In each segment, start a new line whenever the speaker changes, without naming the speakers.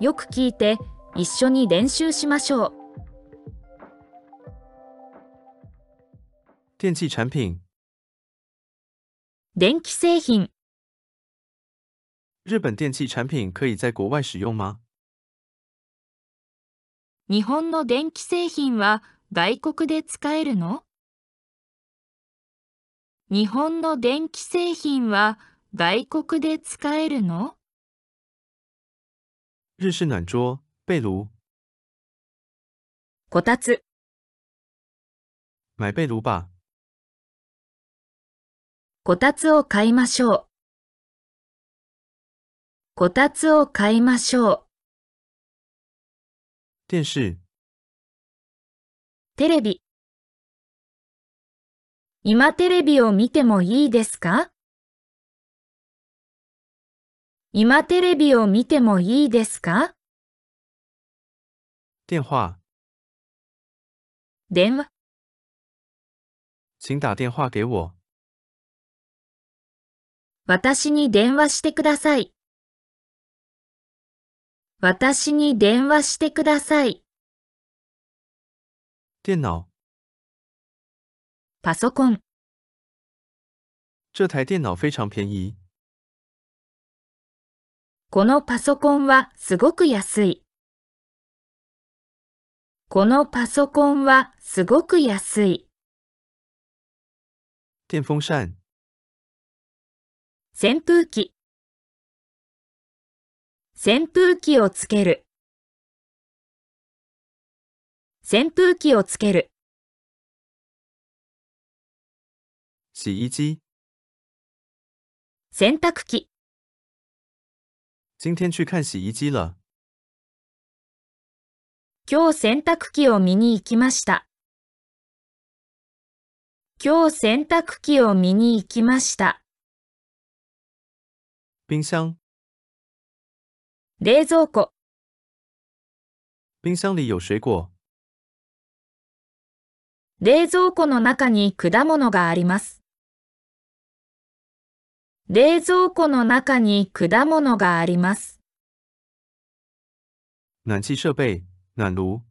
よく聞いて一緒に練習しましょう
电器产品、
電気製品
日本电器产品可以在国外使用吗？
日本の電気製品は外国で使えるの日本の電気製品は外国で使えるの
日式暖桌、被炉，
こたつ
买被炉吧。
こたつを買いましょうこたつを買いましょう
电视、
テレビ今テレビを見てもいいですか今テレビを見てもいいですか
电话，
電話
请打电话给我。
私に電話してください。私に電話してください。
电脑，
パソコン。
这台电脑非常便宜。
このパソコンはすごく安い。このパソコンはすごく安い。
电风扇、
扇風機。扇風機をつける。扇風機をつける。
洗衣机。
洗濯機。
今天去看洗衣机了。
今日洗濯機を見に行きました。今日洗濯機を見に行きました。
冰箱，
冷蔵庫。
冰箱里有水果。
冷蔵庫の中に果物があります。冷蔵庫の中に果物があります。
暖气设备、暖炉。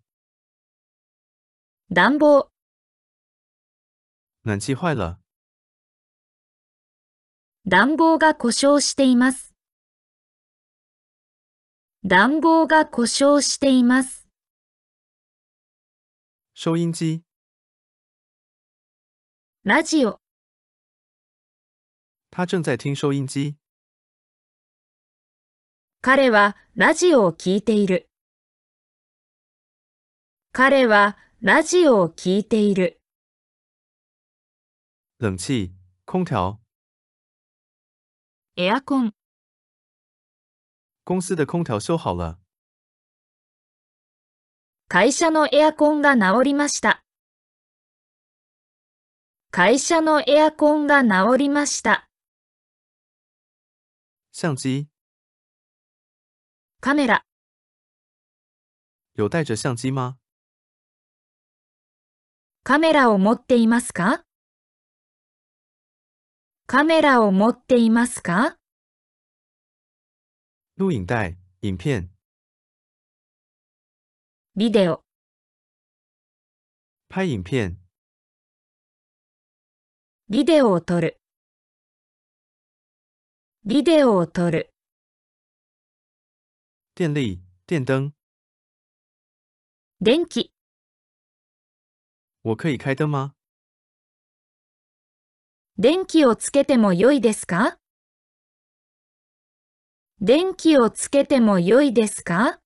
暖房。
暖气坏了，
暖房が故障しています。暖房が故障しています。
收音机、
ラジオ。
他正在听收音机。
彼はラジオを聞いている。彼はラジオを聞いている。
冷气、空调，
エアコン。
公司的空调修好了。
会社のエアコンが治りました。会社のエアコンが治りました。
相机，
カメラ。
有带着相机吗？
カメラを持っていますかカメラを持っていますか
录影带、影片、
ビデオ。
拍影片、
ビデオを撮る。ビデオを撮る。
电力、电灯。
電気。
我可以开灯吗？
電気をつけても良いですか電気をつけても良いですか